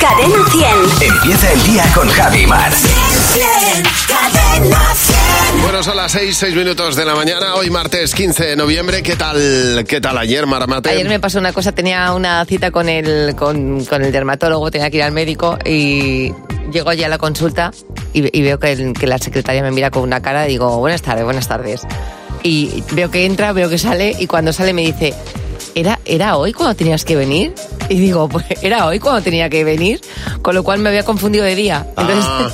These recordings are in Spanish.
Cadena 100. Empieza el día con Javi Mar. Cadena 100. Bueno, son las 6, 6 minutos de la mañana, hoy martes 15 de noviembre. ¿Qué tal, qué tal ayer, Marmate? Ayer me pasó una cosa, tenía una cita con el, con, con el dermatólogo, tenía que ir al médico y llego ya a la consulta y, y veo que, el- que la secretaria me mira con una cara y digo, buenas tardes, buenas tardes. Y veo que entra, veo que sale y cuando sale me dice, ¿era, era hoy cuando tenías que venir? Y digo, pues era hoy cuando tenía que venir, con lo cual me había confundido de día. Entonces, Ah.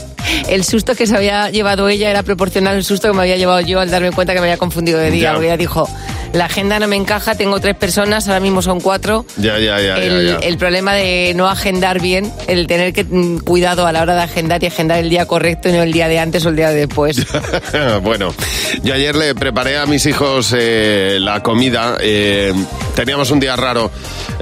el susto que se había llevado ella era proporcional al susto que me había llevado yo al darme cuenta que me había confundido de día. Ya. Porque ella dijo, la agenda no me encaja, tengo tres personas, ahora mismo son cuatro. Ya, ya, ya, el, ya, ya. el problema de no agendar bien, el tener que mm, cuidado a la hora de agendar y agendar el día correcto y no el día de antes o el día de después. bueno, yo ayer le preparé a mis hijos eh, la comida. eh, teníamos un día raro,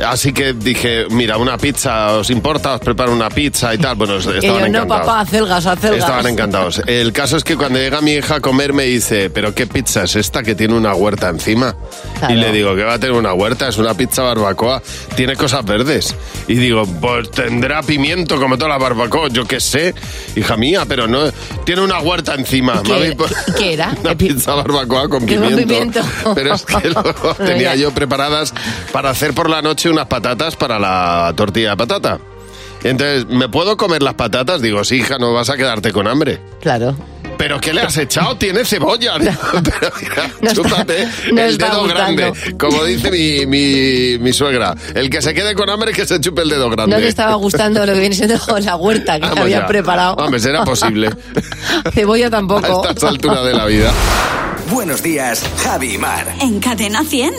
así que dije, mira, una pizza, ¿os importa? Os preparo una pizza y tal. Bueno, estaban Que yo, no, encantados. papá, acelgas, acelgas. Estaban encantados. El caso es que cuando llega mi hija a comer me dice, pero qué pizza es esta que tiene una huerta encima. Claro. Y le digo, ¿qué va a tener una huerta? Es una pizza barbacoa, tiene cosas verdes. Y digo, pues tendrá pimiento como toda la barbacoa, yo qué sé, hija mía, pero no, tiene una huerta encima. ¿Qué- Me habéis pu- qué era? Una pizza barbacoa con ¿Qué con pimiento. pimiento? Pero es que luego Venga. tenía yo preparadas para hacer por la noche unas patatas para la tortilla de patata. Entonces, ¿me puedo comer las patatas? Digo, sí, hija, no vas a quedarte con hambre. Claro. ¿Pero qué le has echado? Tiene cebolla. Digo, Pero mira, No está- chúpate no el está dedo gustando. grande. Como dice mi, mi- mi suegra, el que se quede con hambre que se chupe el dedo grande. No le estaba gustando lo que viene siendo la huerta que Vamos había ya. preparado. Hombre, será posible. Cebolla A tampoco. estas alturas de la vida. Buenos días, Javi Mar. En Cadena 100.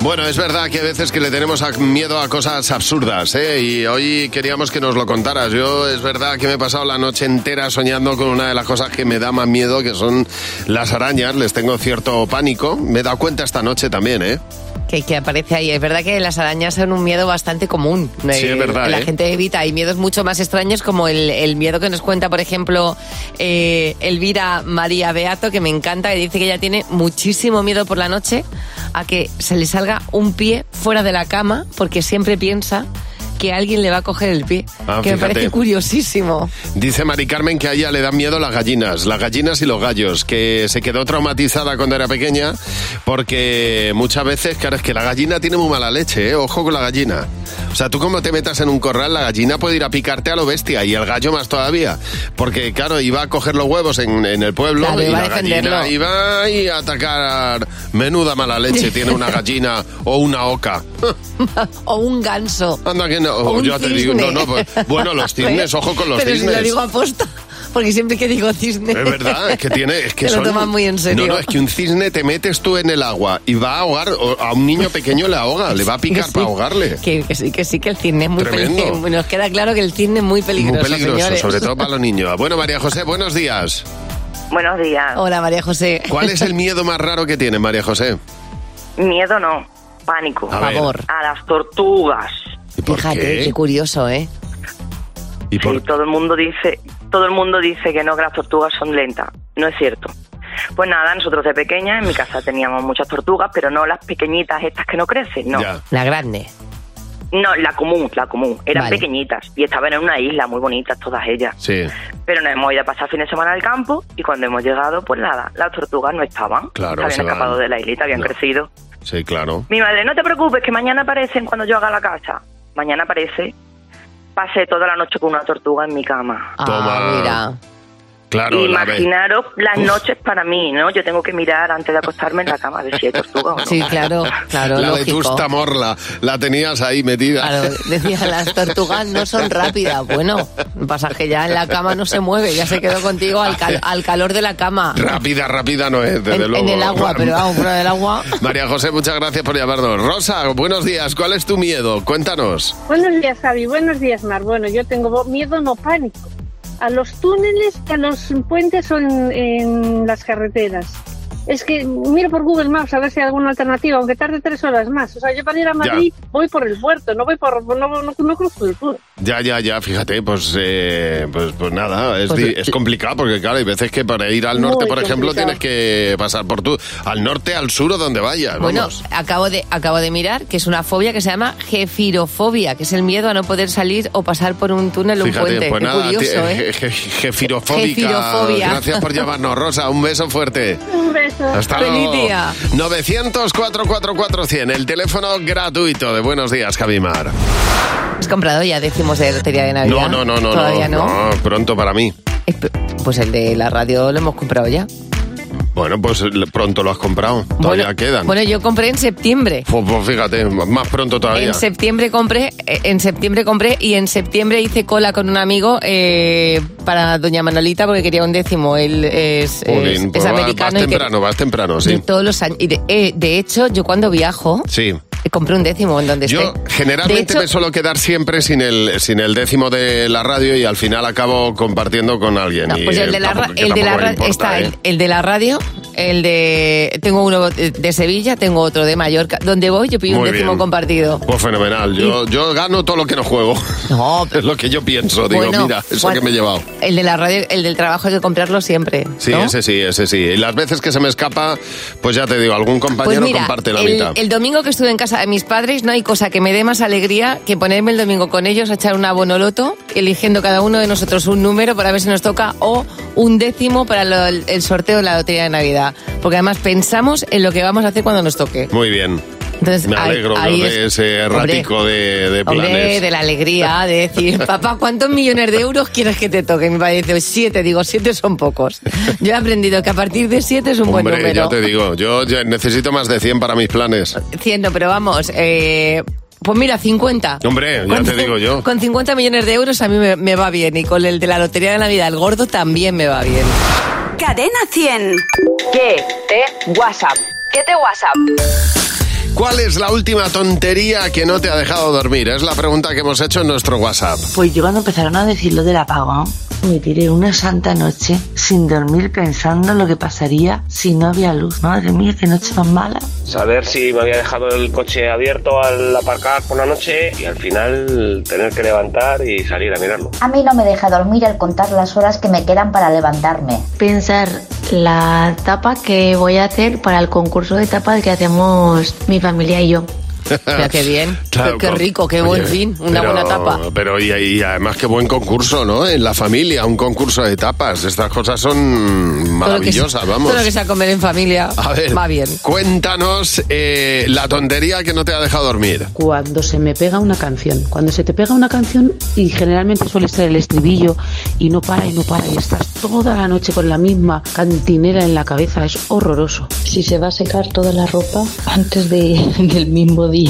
Bueno, es verdad que a veces que le tenemos a- miedo a cosas absurdas, ¿eh? Y hoy queríamos que nos lo contaras. Yo es verdad que me he pasado la noche entera soñando con una de las cosas que me da más miedo, que son las arañas. Les tengo cierto pánico. Me he dado cuenta esta noche también, ¿eh? Que, que aparece ahí. Es verdad que las arañas son un miedo bastante común. Sí, es verdad, La ¿eh? gente evita. Hay miedos mucho más extraños como el, el miedo que nos cuenta, por ejemplo, eh, Elvira María Beato, que me encanta, que dice que ella tiene muchísimo miedo por la noche a que se le salga un pie fuera de la cama porque siempre piensa que alguien le va a coger el pie. Ah, que me fíjate. parece curiosísimo. Dice Mari Carmen que a ella le dan miedo las gallinas, las gallinas y los gallos, que se quedó traumatizada cuando era pequeña porque muchas veces, claro, es que la gallina tiene muy mala leche, ¿eh? ojo con la gallina. O sea, tú como te metas en un corral, la gallina puede ir a picarte a lo bestia y el gallo más todavía, porque claro, iba a coger los huevos en, en el pueblo Claro, y iba a la gallina defenderlo. iba y a atacar. Menuda mala leche tiene una gallina o una oca. o un ganso. Anda que no, O un yo te digo, no, cisne. no, pues, bueno, los cisnes, ojo con los Pero cisnes. Si lo digo aposta, porque siempre que digo cisne. Es verdad, es que tiene, es que Te son- lo toman muy en serio. No, no, es que un cisne te metes tú en el agua y va a ahogar o a un niño pequeño le ahoga, le va a picar Que sí, para ahogarle. Que, que sí, que sí, que el cisne es muy Tremendo. peligroso. Nos queda claro que el cisne es muy peligroso, Muy peligroso, señores. sobre todo para los niños. Bueno, María José, buenos días. Buenos días. Hola, María José. ¿Cuál es el miedo más raro que tienes, María José? Miedo no, pánico. A Por A, ver, favor. las tortugas. ¿Y por Fíjate, qué? curioso, ¿eh? ¿Y Sí, por todo el mundo dice, todo el mundo dice que no, que las tortugas son lentas. No es cierto. Pues nada, nosotros de pequeña en mi casa teníamos muchas tortugas, pero no las pequeñitas estas que no crecen, no. Ya. La grande. No, la común, la común. Eran Vale. pequeñitas y estaban en una isla muy bonitas todas ellas. Sí, Pero nos hemos ido a pasar fin de semana al campo y cuando hemos llegado, pues nada, las tortugas no estaban. Claro, Se habían se van. Oh. escapado de la islita, habían No. crecido. sí, claro. Mi madre, no te preocupes, que mañana aparecen cuando yo haga la casa. Mañana aparece. Pasé toda la noche con una tortuga en mi cama. Toma. Ah, mira. Claro, la ve. Imaginaros las noches para mí, ¿no? Yo tengo que mirar antes de acostarme en la cama a ver si hay tortuga o no. Sí, claro, claro, la de lógico. Tusta Morla, la tenías ahí metida. Claro, decía, las tortugas no son rápidas. Bueno, pasaje ya en la cama no se mueve, ya se quedó contigo al, cal- al calor de la cama. Rápida, rápida no es, desde En, en luego. el agua, pero vamos, fuera del agua. María José, muchas gracias por llamarnos. Rosa, buenos días. ¿Cuál es tu miedo? Cuéntanos. Buenos días, Javi. Buenos días, Mar. Bueno, yo tengo bo- miedo, no pánico. A los túneles, a los puentes o en, en las carreteras. Es que miro por Google Maps a ver si hay alguna alternativa, aunque tarde tres horas más. O sea, yo para ir a Madrid voy por el puerto, no voy por, no, no, no cruzo el puerto. Ya, ya, ya, fíjate, pues, eh, pues, pues nada, es, di- es complicado porque, claro, hay veces que para ir al Muy norte, por ejemplo, complicado. tienes que pasar por tú, al norte, al sur o donde vayas. Bueno, vamos. acabo de, acabo de mirar que es una fobia que se llama jefirofobia, que es el miedo a no poder salir o pasar por un túnel o un puente. pues Qué nada, curioso, ti- ¿eh? je- jefirofóbica. Jefirofobia. Gracias por llamarnos, Rosa. Un beso fuerte. Un beso. Hasta luego. 900-444-100, el teléfono gratuito de Buenos Días, Javimar. ¿Has comprado ya decimos de lotería de Navidad? No, no, no, no. ¿Todavía no? pronto para mí. Pues el de la radio lo hemos comprado ya. Ah, Bueno, pues le- pronto lo has comprado. Todavía quedan. Bueno, pues- yo compré en septiembre. Pues, pues fíjate, más pronto todavía. En septiembre compré, eh, en septiembre compré y en septiembre hice cola con un amigo eh, para Doña Manolita porque quería un décimo. Él es, Jolín, es- es pues vas- americano vas y que- temprano, vas temprano, sí. de todos los años. Y de, eh, de hecho, yo cuando viajo Sí. eh, compré un décimo en donde Yo esté. eh, De generalmente hecho, me suelo quedar siempre sin el, sin el décimo de la radio y al final acabo compartiendo con alguien. y, Pues el eh, de la, ra- tampoco- que el de la tampoco me ra- importa, está ¿eh? el, el de la radio, el de tengo uno de de Sevilla, tengo otro de Mallorca. Donde voy yo pido Muy un décimo bien. compartido. Pues fenomenal. Yo, yo gano todo lo que no juego. es lo que yo pienso. Digo, Bueno, mira, eso Juan- que me he llevado. El de la radio, el del trabajo hay que comprarlo siempre. Sí, ¿eh? ¿no? ese sí, ese sí. Y las veces que se me escapa, pues ya te digo, algún compañero Pues mira, comparte la el, mitad. el domingo que estuve en casa de mis padres, no hay cosa que me dé más alegría que ponerme el domingo con ellos a echar una bonoloto, eligiendo cada uno de nosotros un número para ver si nos toca o un décimo para lo- el, el sorteo de la lotería de Navidad. Porque además pensamos en lo que vamos a hacer cuando nos toque. Muy bien. Entonces, me ahí- alegro ahí de es- ese Hombre, ratico de, de planes. Hombre, de la alegría de decir, papá, ¿cuántos millones de euros quieres que te toque? Mi padre dice, "Pues siete. Digo, siete son pocos. Yo he aprendido que a partir de siete es un buen Hombre, número. ya te digo, yo ya necesito más de 100 para mis planes. Cien, no, pero vamos, eh, pues mira, 50. Hombre, ya Con te cin- digo yo. Con 50 millones de euros a mí me, me va bien y con el de la Lotería de Navidad, el gordo, también me va bien. Cadena 100. ¿Qué te WhatsApp? ¿Qué te WhatsApp? ¿Cuál es la última tontería que no te ha dejado dormir? Es la pregunta que hemos hecho en nuestro WhatsApp. Pues yo cuando empezaron a decir lo del apagón, me tiré una santa noche sin dormir pensando lo que pasaría si no había luz. Madre mía, qué noche tan mala. Saber si me había dejado el coche abierto al aparcar por la noche y al final tener que levantar y salir a mirarlo. A mí no me deja dormir al contar las horas que me quedan para levantarme. pensar la tapa que voy a hacer para el concurso de tapas que hacemos mi familia y yo. Mira, qué bien. Claro, qué, qué con- rico, qué buen Oye, fin, una pero- buena tapa. Pero y, y además qué buen concurso, ¿no? En la familia, un concurso de tapas. Estas cosas son Todo lo que se- maravillosas, vamos. Todo lo que sea comer en familia A ver, va bien. cuéntanos eh, la tontería que no te ha dejado dormir. cuando se me pega una canción. Cuando se te pega una canción y generalmente suele ser el estribillo y no para y no para y estás toda la noche con la misma cantinera en la cabeza, es horroroso. Si se va a secar toda la ropa antes de, del mismo día,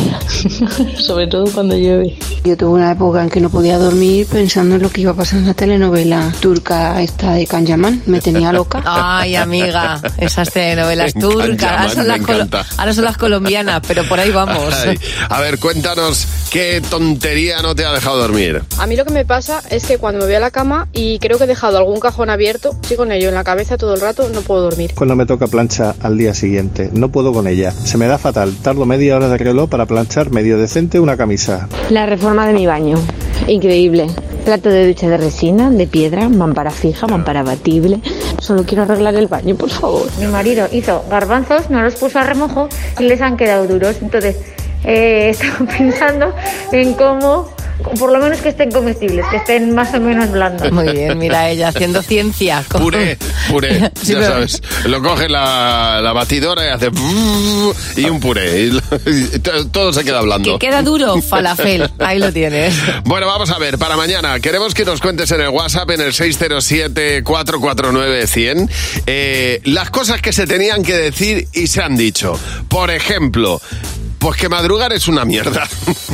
sobre todo cuando llueve. Yo tuve una época en que no podía dormir pensando en lo que iba a pasar en la telenovela turca esta de Can Yaman. Me tenía loca. Ay, amiga, esas telenovelas Me turcas. Ahora encanta, son, me las colo- encanta. ahora son las colombianas, pero por ahí vamos. Ay, a ver, cuéntanos qué tontería no te ha dejado dormir. A mí lo que me pasa es que cuando me voy a la cama y creo que he dejado algún cajón abierto, estoy con ello en la cabeza todo el rato, no puedo dormir. Cuando me toca plancha al día siguiente, no puedo con ella. Se me da fatal. Tardo media hora de reloj para planchar medio decente una camisa. La reforma de mi baño. Increíble. Plato de ducha de resina, de piedra, mampara fija, mampara abatible. Solo quiero arreglar el baño, por favor. Mi marido hizo garbanzos, no los puso a remojo y les han quedado duros. Entonces, eh, estaba pensando en cómo, por lo menos que estén comestibles, que estén más o menos blandos. Muy bien, mira ella haciendo ciencia. con- Puré, puré, Sí, ya pero- sabes. Lo coge la, la batidora y hace... Y un puré. Y lo- y to- todo se queda hablando. Que queda duro, falafel. Ahí lo tienes. Bueno, vamos a ver, para mañana queremos que nos cuentes en el WhatsApp, en el 607-449-100, eh, las cosas que se tenían que decir y se han dicho. Por ejemplo, pues que madrugar es una mierda.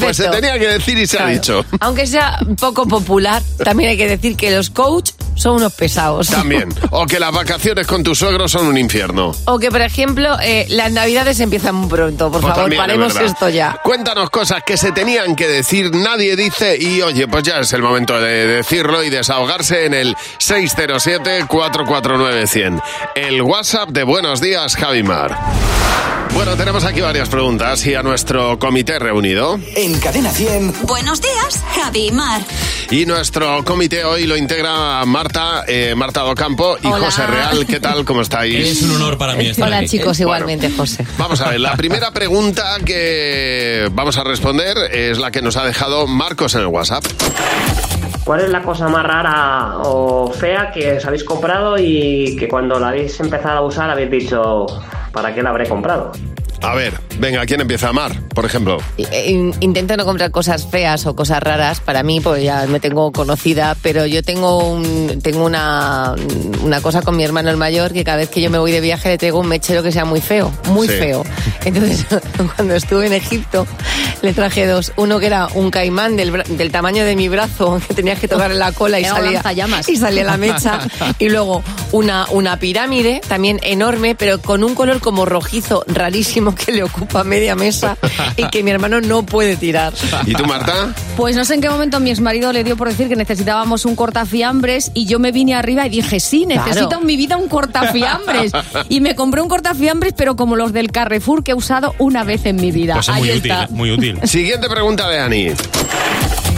Pues se tenía que decir y se ha Claro. dicho. Aunque sea poco popular, también hay que decir que los coach son unos pesados. También. O que las vacaciones con tu suegro son un infierno. O que, por ejemplo, eh, las navidades empiezan muy pronto. Por Pues favor, también es paremos verdad. esto ya. Cuéntanos cosas que se tenían que decir, nadie dice y oye, pues ya es el momento de decirlo y desahogarse en el 607-449-100. El WhatsApp de Buenos Días, Javimar. Bueno, tenemos aquí varias preguntas y a nuestro comité reunido. En Cadena 100. Buenos días, Javi y Mar. Y nuestro comité hoy lo integra Marta, eh, Marta Docampo y Hola. José Real. ¿Qué tal? ¿Cómo estáis? Es un honor para mí estar Hola, aquí. chicos, igualmente, José. Vamos a ver, la primera pregunta que vamos a responder es la que nos ha dejado Marcos en el WhatsApp. ¿Cuál es la cosa más rara o fea que os habéis comprado y que cuando la habéis empezado a usar habéis dicho, ¿para qué la habré comprado? A ver, venga, ¿quién empieza a amar? Por ejemplo. Eh, in- Intento no comprar cosas feas o cosas raras para mí, pues ya me tengo conocida, pero yo tengo un- tengo una, una cosa con mi hermano el mayor que cada vez que yo me voy de viaje le traigo un mechero que sea muy feo, muy Sí. feo. Entonces, cuando estuve en Egipto, le traje dos. Uno que era un caimán del, bra- del tamaño de mi brazo, que tenías que tocar en la cola y Era un salía, lanzallamas. y salía la mecha. Y luego una, una pirámide, también enorme, pero con un color como rojizo, rarísimo, que le ocupa media mesa y que mi hermano no puede tirar. ¿Y tú, Marta? Pues no sé en qué momento mi exmarido le dio por decir que necesitábamos un cortafiambres y yo me vine arriba y dije, sí, necesito Claro. en mi vida un cortafiambres. y me compré un cortafiambres, pero como los del Carrefour que he usado una vez en mi vida. Pues es Ahí muy útil, está. eh, muy útil. Siguiente pregunta de Ani.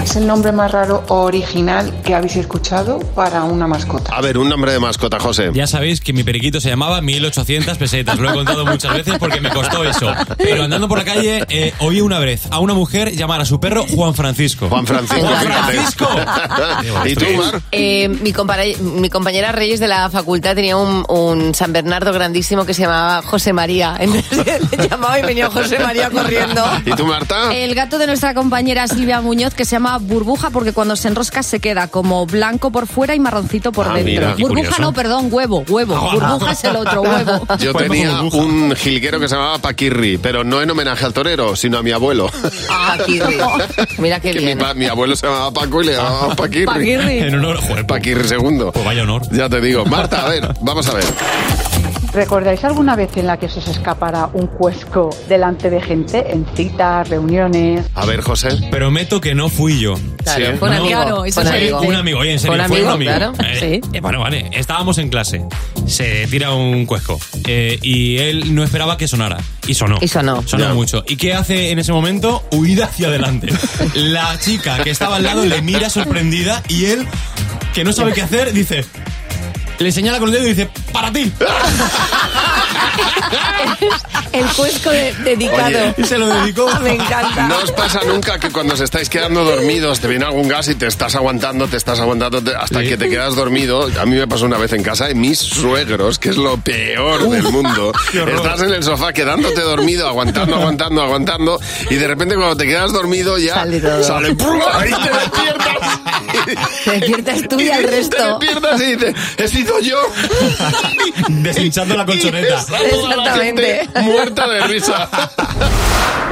Es el nombre más raro o original que habéis escuchado para una mascota. A ver, un nombre de mascota, José. Ya sabéis que mi periquito se llamaba 1800 pesetas. Lo he contado muchas veces porque me costó eso. Pero andando por la calle, eh, oí una vez a una mujer llamar a su perro Juan Francisco. Juan Francisco, ¡Juan fíjate. Francisco! ¿Y tú, Mar? Eh, mi, compara- mi compañera Reyes de la facultad tenía un, un San Bernardo grandísimo que se llamaba José María. Entonces le llamaba y venía José María corriendo. ¿Y tú, Marta? El gato de nuestra compañera Silvia Muñoz que se llama Burbuja porque cuando se enrosca se queda como blanco por fuera y marroncito por Ah, dentro. mira, qué burbuja curioso. no, perdón, huevo, huevo. Burbuja es el otro huevo. Yo tenía un jilguero que se llamaba Paquirri, pero no en homenaje al torero, sino a mi abuelo. Paquirri. Ah, Mira qué Que mi, bien. pa- mi abuelo se llamaba Paco y le llamaba Paquirri. Paquirri. En honor, Paquirri segundo. Pues vaya honor. Ya te digo. Marta, a ver, vamos a ver. ¿Recordáis alguna vez en la que se os escapara un cuesco delante de gente en citas, reuniones? A ver, José. Prometo que no fui yo. Claro, ¿eh? fue un No, amigo, Claro, eso fue un fue amigo. un amigo, oye, en Fue serio, un fue un amigo, amigo. claro, Eh, eh, bueno, vale, estábamos en clase. Se tira un cuesco eh, y él no esperaba que sonara. Y sonó. Y sonó. Sonó mucho. ¿Y qué hace en ese momento? Huida hacia adelante. La chica que estaba al lado le mira sorprendida y él, que no sabe qué hacer, dice. Le señala con el dedo y dice, ¡para ti! El cuesco de- dedicado. Ah, Oye, ¿y se lo dedicó? Me encanta. ¿No os pasa nunca que cuando os estáis quedando dormidos te viene algún gas y te estás aguantando, te estás aguantando te- hasta que te quedas dormido? A mí me pasó una vez en casa y mis suegros, que es lo peor del mundo, estás en el sofá quedándote dormido, aguantando, aguantando, aguantando y de repente cuando te quedas dormido ya sale, ¡pum! ahí te Te despiertas tú y al resto. Te despiertas y dices, he sido yo. Deshinchando la colchoneta. Exactamente. Muerta de risa.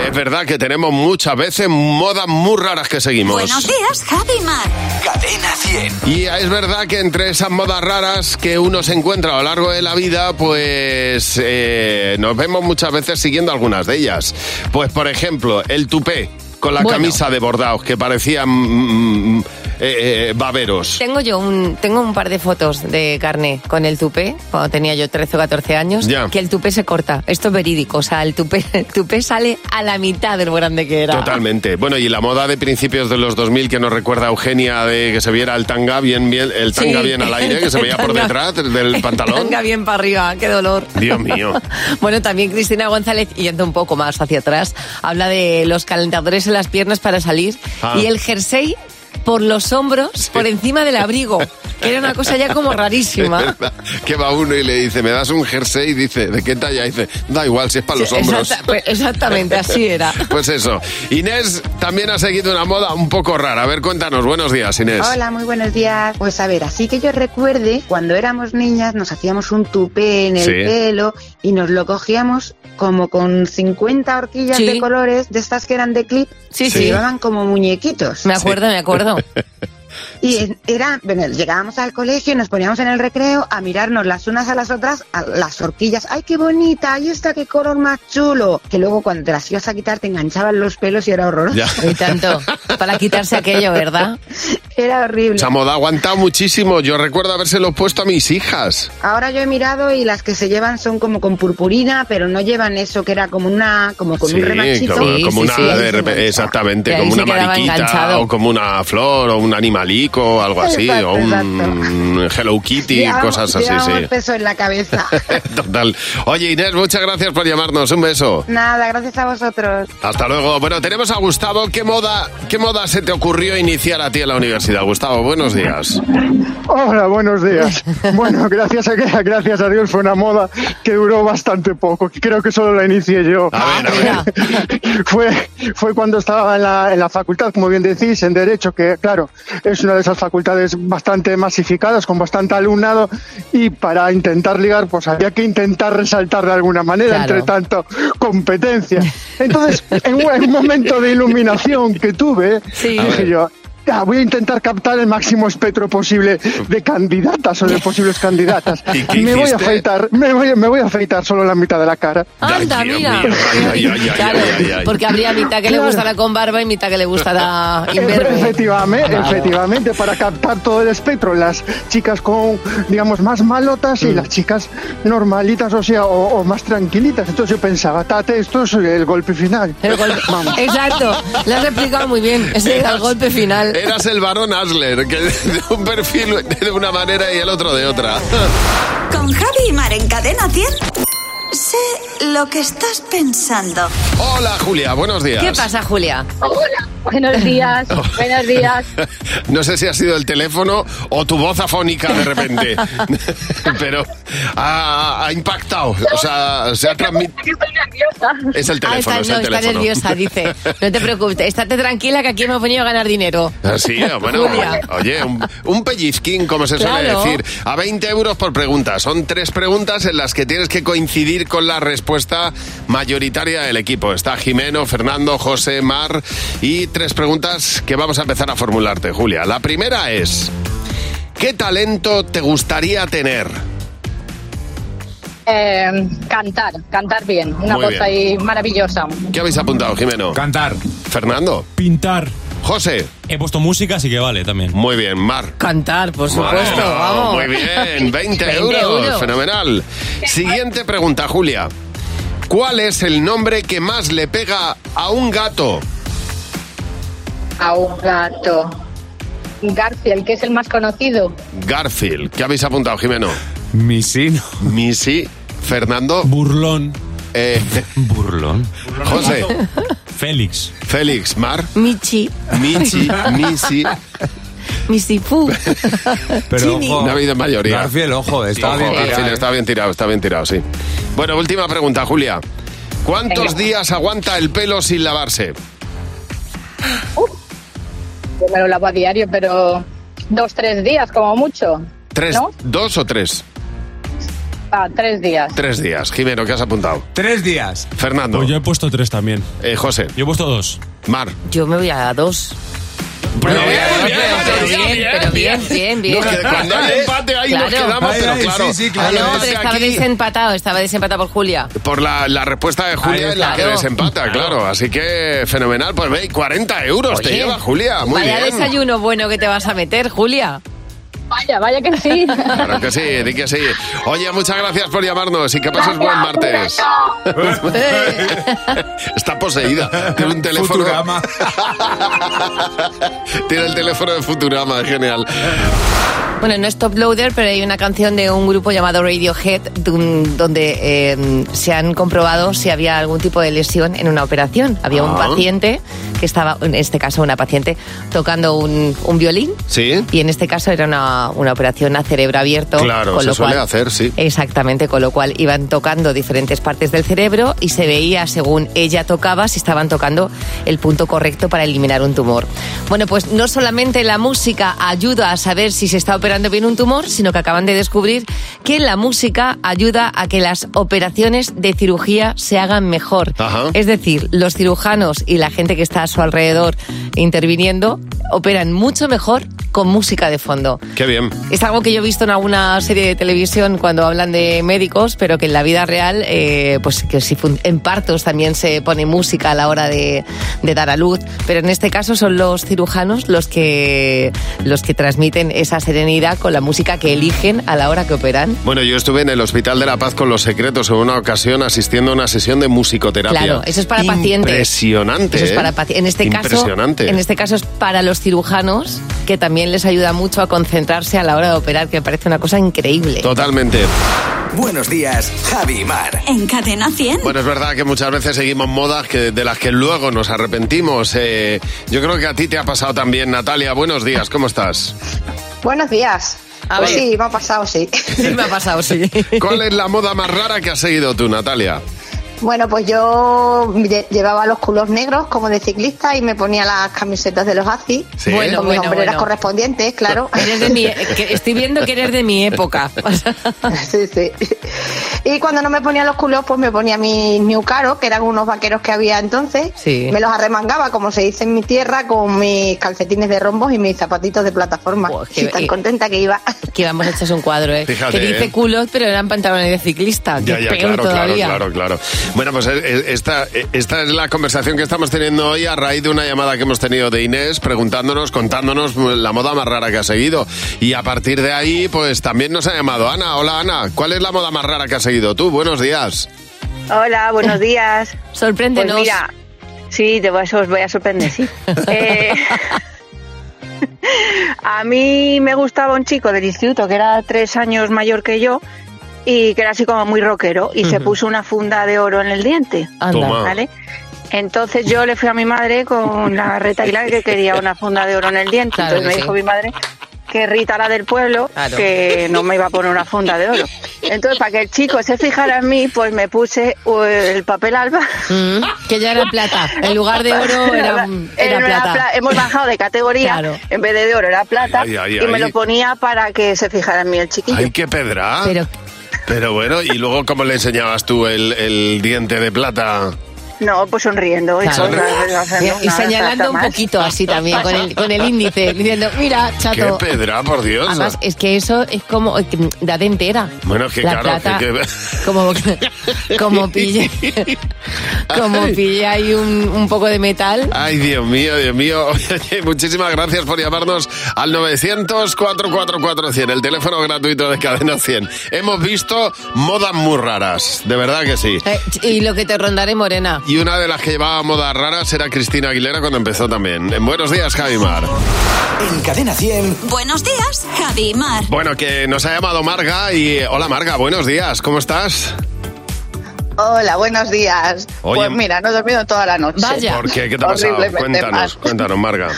Es verdad que tenemos muchas veces modas muy raras que seguimos. Buenos días, Javi y Mar. Cadena 100. Y es verdad que entre esas modas raras que uno se encuentra a lo largo de la vida, pues eh, nos vemos muchas veces siguiendo algunas de ellas. Pues por ejemplo, el tupé con la Bueno. camisa de bordados que parecían mm, mm, eh, eh, baberos. Tengo yo un, tengo un par de fotos de carne con el tupé, cuando tenía yo 13 o 14 años, Ya. que el tupé se corta. Esto es verídico, o sea, el tupé, el tupé sale a la mitad de lo grande que era. Totalmente. Bueno, y la moda de principios de los 2000 que nos recuerda a Eugenia de que se viera el tanga bien, bien el tanga Sí. bien al aire, que se veía por Tanga- detrás del pantalón. Venga bien para arriba, qué dolor. Dios mío. Bueno, también Cristina González, yendo un poco más hacia atrás, habla de los calentadores en las piernas para salir Ah. y el jersey por los hombros, por encima del abrigo, que era una cosa ya como Es rarísima. verdad, que va uno y le dice, ¿me das un jersey? Y dice, ¿de qué talla? Y dice, da igual, si es para los Sí, hombros. exacta- pues exactamente, así era. Pues eso. Inés también ha seguido una moda un poco rara. A ver, cuéntanos. Buenos días, Inés. Hola, muy buenos días. Pues a ver, así que yo recuerde, cuando éramos niñas nos hacíamos un tupé en el Sí. pelo y nos lo cogíamos como con 50 horquillas Sí. de colores, de estas que eran de clip, Sí, se sí. llevaban como muñequitos. Me acuerdo, me acuerdo. Y en- era, bueno, llegábamos al colegio y nos poníamos en el recreo a mirarnos las unas a las otras a las horquillas. ¡Ay, qué bonita! ¡Ay, está qué color más chulo! Que luego cuando te las ibas a quitar te enganchaban los pelos y era horroroso. Y tanto. Para quitarse aquello, ¿verdad? Era horrible. Esa moda ha aguantado muchísimo. Yo recuerdo habérselo puesto a mis hijas. Ahora yo he mirado y las que se llevan son como con purpurina, pero no llevan eso que era como una, como con Sí, un remachito. como, como una, de repe- exactamente, Que ahí como se una quedaba mariquita enganchado. o como una flor o un animalico o algo así, Exacto, o un Hello Kitty, Llevamos- cosas así, llevamos sí. peso en la cabeza. Total. Oye, Inés, muchas gracias por llamarnos. Un beso. Nada, gracias a vosotros. Hasta luego. Bueno, tenemos a Gustavo. ¿Qué moda, ¿Qué moda se te ocurrió iniciar a ti en la universidad? Gustavo, buenos días. Hola, buenos días. Bueno, gracias a, gracias a Dios fue una moda que duró bastante poco. Creo que solo la inicié yo. fue, fue cuando estaba en la, en la facultad, como bien decís, en Derecho, que claro, es una de esas facultades bastante masificadas, con bastante alumnado, y para intentar ligar, pues había que intentar resaltar de alguna manera, Claro. entre tanto, competencia. Entonces, en un, en un momento de iluminación que tuve, dije yo... "Ah, voy a intentar captar el máximo espectro posible de candidatas o de posibles candidatas. qué me voy a hiciste? afeitar, me voy, me voy a afeitar solo la mitad de la cara. Anda, mira. ay, ay, ay, Claro, ay, ay, ay. porque habría mitad que le Claro. gustará con barba y mitad que le gustará Efe- imberbe. Efectivamente, Claro. efectivamente, para captar todo el espectro, las chicas con, digamos, más malotas Mm. y las chicas normalitas, o sea, o, o más tranquilitas. Entonces yo pensaba, tate, esto es el golpe final. El golpe- Vamos. Exacto, lo has explicado muy bien. Ese era el golpe final. Eras el varón Asler, que de un perfil de una manera y el otro de otra. Con Javi y Mar en Cadena 100. Sé lo que estás pensando. Hola, Julia, buenos días. ¿Qué pasa, Julia? Hola. Buenos días. Buenos días. No sé si ha sido el teléfono o tu voz afónica de repente, pero ha, ha impactado. O sea, se ha transmitido. Es el teléfono, Ah, está, es no, el está teléfono. nerviosa, dice. No te preocupes, estate tranquila que aquí hemos venido a ganar dinero. Así, Ah, bueno, Julia. oye, un, un pellizquín, como se suele Claro. decir, a 20 euros por pregunta. Son tres preguntas en las que tienes que coincidir con la respuesta mayoritaria del equipo. Está Jimeno, Fernando, José, Mar y tres preguntas que vamos a empezar a formularte, Julia. La primera es, ¿qué talento te gustaría tener? Eh, cantar, cantar bien, una Muy cosa ahí maravillosa. ¿Qué habéis apuntado, Jimeno? Cantar. Fernando. Pintar. José. He puesto música, así que vale también. Muy bien, Mar. Cantar, por Ah, supuesto, vamos. Muy bien, 20, 20 euros, euros. fenomenal. Siguiente pregunta, Julia. ¿Cuál es el nombre que más le pega a un gato? A un gato. Garfield, que es el más conocido. Garfield. ¿Qué habéis apuntado, Jimeno? Misino. Misi. Fernando. Burlón. Burlón. José. Félix. Félix. Mar. Michi. Michi. Misi. Michi Fu. Chini. no ha habido mayoría. Garfield, ojo, está bien tirado, Garfield eh. está bien tirado, está bien tirado, sí. Bueno, última pregunta, Julia. ¿Cuántos Venga. días aguanta el pelo sin lavarse? Yo me lo lavo a diario, pero dos, tres días como mucho. ¿Tres, ¿No? dos o tres? Ah, tres días. Tres días. Jimeno, ¿qué has apuntado? Tres días. Fernando. Pues yo he puesto tres también. Eh, José. Yo he puesto dos. Mar. Yo me voy a dos. Pero bien, pero bien, bien, bien. No, que cuando hay empate ahí nos quedamos, pero claro. Ah, no, es pero que estaba aquí- desempatado, estaba desempatado por Julia. Por la, la respuesta de Julia Ahí es la que está. desempata, claro. Así que fenomenal. Pues ve, 40 euros te Oye, lleva Julia. Muy Vaya bien. desayuno bueno que te vas a meter, Julia. Vaya, vaya que sí. Claro que sí, di que sí. Oye, muchas gracias por llamarnos y que pases buen martes. Está poseída. Tiene un teléfono. Futurama. Tiene el teléfono de Futurama, es genial. Bueno, no es top loader, pero hay una canción de un grupo llamado Radiohead dun- donde eh, se han comprobado si había algún tipo de lesión en una operación. Había un Ah. paciente que estaba, en este caso una paciente, tocando un, un violín. Sí. Y en este caso era una, una operación a cerebro abierto. Claro, con se lo suele cual- hacer, sí. Exactamente, con lo cual iban tocando diferentes partes del cerebro y se veía según ella tocaba si estaban tocando el punto correcto para eliminar un tumor. Bueno, pues no solamente la música ayuda a saber si se está operando bien un tumor, sino que acaban de descubrir que la música ayuda a que las operaciones de cirugía se hagan mejor. Es decir, los cirujanos y la gente que está a su alrededor interviniendo operan mucho mejor con música de fondo. Qué bien. Es algo que yo he visto en alguna serie de televisión cuando hablan de médicos, pero que en la vida real, eh, pues que si fun- en partos también se pone música a la hora de, de dar a luz. Pero en este caso son los cirujanos los que, los que transmiten esa serenidad con la música que eligen a la hora que operan. Bueno, yo estuve en el Hospital de la Paz con los secretos en una ocasión asistiendo a una sesión de musicoterapia. Claro, eso es para pacientes. Impresionante. Eso es ¿eh? para paci- en este caso, Impresionante. en este caso es para los cirujanos que también les ayuda mucho a concentrarse a la hora de operar, que me parece una cosa increíble. Totalmente. Buenos días, Javi y Mar. En Cadena 100. Bueno, es verdad que muchas veces seguimos modas que, de las que luego nos arrepentimos. Eh, yo creo que a ti te ha pasado también, Natalia. Buenos días, ¿cómo estás? Buenos días. A pues ver. sí, me ha pasado, sí. Sí, me ha pasado, sí. ¿Cuál es la moda más rara que has seguido tú, Natalia? Bueno, pues yo lle- llevaba los culos negros como de ciclista y me ponía las camisetas de los ACI Sí. con Bueno, mis bueno, hombreras bueno. correspondientes, claro. Eres de mi- e-, que estoy viendo que eres de mi época. sí, sí. Y cuando no me ponía los culos, pues me ponía mis New Caro, que eran unos vaqueros que había entonces. Sí. Me los arremangaba, como se dice en mi tierra, con mis calcetines de rombos y mis zapatitos de plataforma. Sí, qué- tan eh, contenta que iba. Que íbamos hechos un cuadro, ¿eh? Fíjate, que dice ¿eh? culos, pero eran pantalones de ciclista. que Ya, ya, peor claro, claro, todavía. claro, claro. Bueno, pues eh, eh, esta, eh, esta es la conversación que estamos teniendo hoy a raíz de una llamada que hemos tenido de Inés preguntándonos, contándonos pues, la moda más rara que ha seguido. Y a partir de ahí, pues también nos ha llamado Ana. Hola, Ana. ¿Cuál es la moda más rara que has seguido tú? Buenos días. Hola, buenos días. Sorpréndenos. Pues mira, sí, te voy a, os voy a sorprender, sí. Eh, a mí me gustaba un chico del instituto que era tres años mayor que yo y que era así como muy rockero y se Ujú. puso una funda de oro en el diente. Anda. Toma. ¿Vale? Entonces yo le fui a mi madre con la reta y la que quería una funda de oro en el diente. Claro Entonces que me sí. dijo mi madre que Rita la del pueblo, Claro. que no me iba a poner una funda de oro. Entonces, para que el chico se fijara en mí, pues me puse eh, el papel alba. que ya era plata. En lugar de oro era, era Era plata. pla- Hemos bajado de categoría. Claro. En vez de de oro era plata. Ay, ay, y ay. me lo ponía para que se fijara en mí el chiquillo. ¡Ay, qué pedra! Pero- Pero bueno, ¿y luego cómo le enseñabas tú el, el diente de plata? No, pues sonriendo. y Claro. cosas, o sea, no, Y nada, señalando está un mal. poquito así también, con el, con el índice, diciendo, mira, ¡Qué chato. pedra, por Dios! Además, es que eso es como eh, que edad entera. bueno, es que la claro, plata- que- que- Como, como pille, como pille ahí un, un poco de metal. Ay, Dios mío, Dios mío. Oye, muchísimas gracias por llamarnos al 900-444-100, el teléfono gratuito de Cadena 100. Hemos visto modas muy raras, de verdad que sí. Eh, y lo que te rondaré, Morena. Y una de las que llevaba modas raras era Cristina Aguilera cuando empezó también. En Buenos días, Javimar. En Cadena 100. Buenos días, Javi y Mar. Bueno, que nos ha llamado Marga y... Hola, Marga, buenos días, ¿cómo estás? Hola, buenos días. Oye, pues mira, no he dormido toda la noche. Ah, ¿Por qué? ¿Qué te ha pasado? Horriblemente Cuéntanos, mal. cuéntanos, Marga.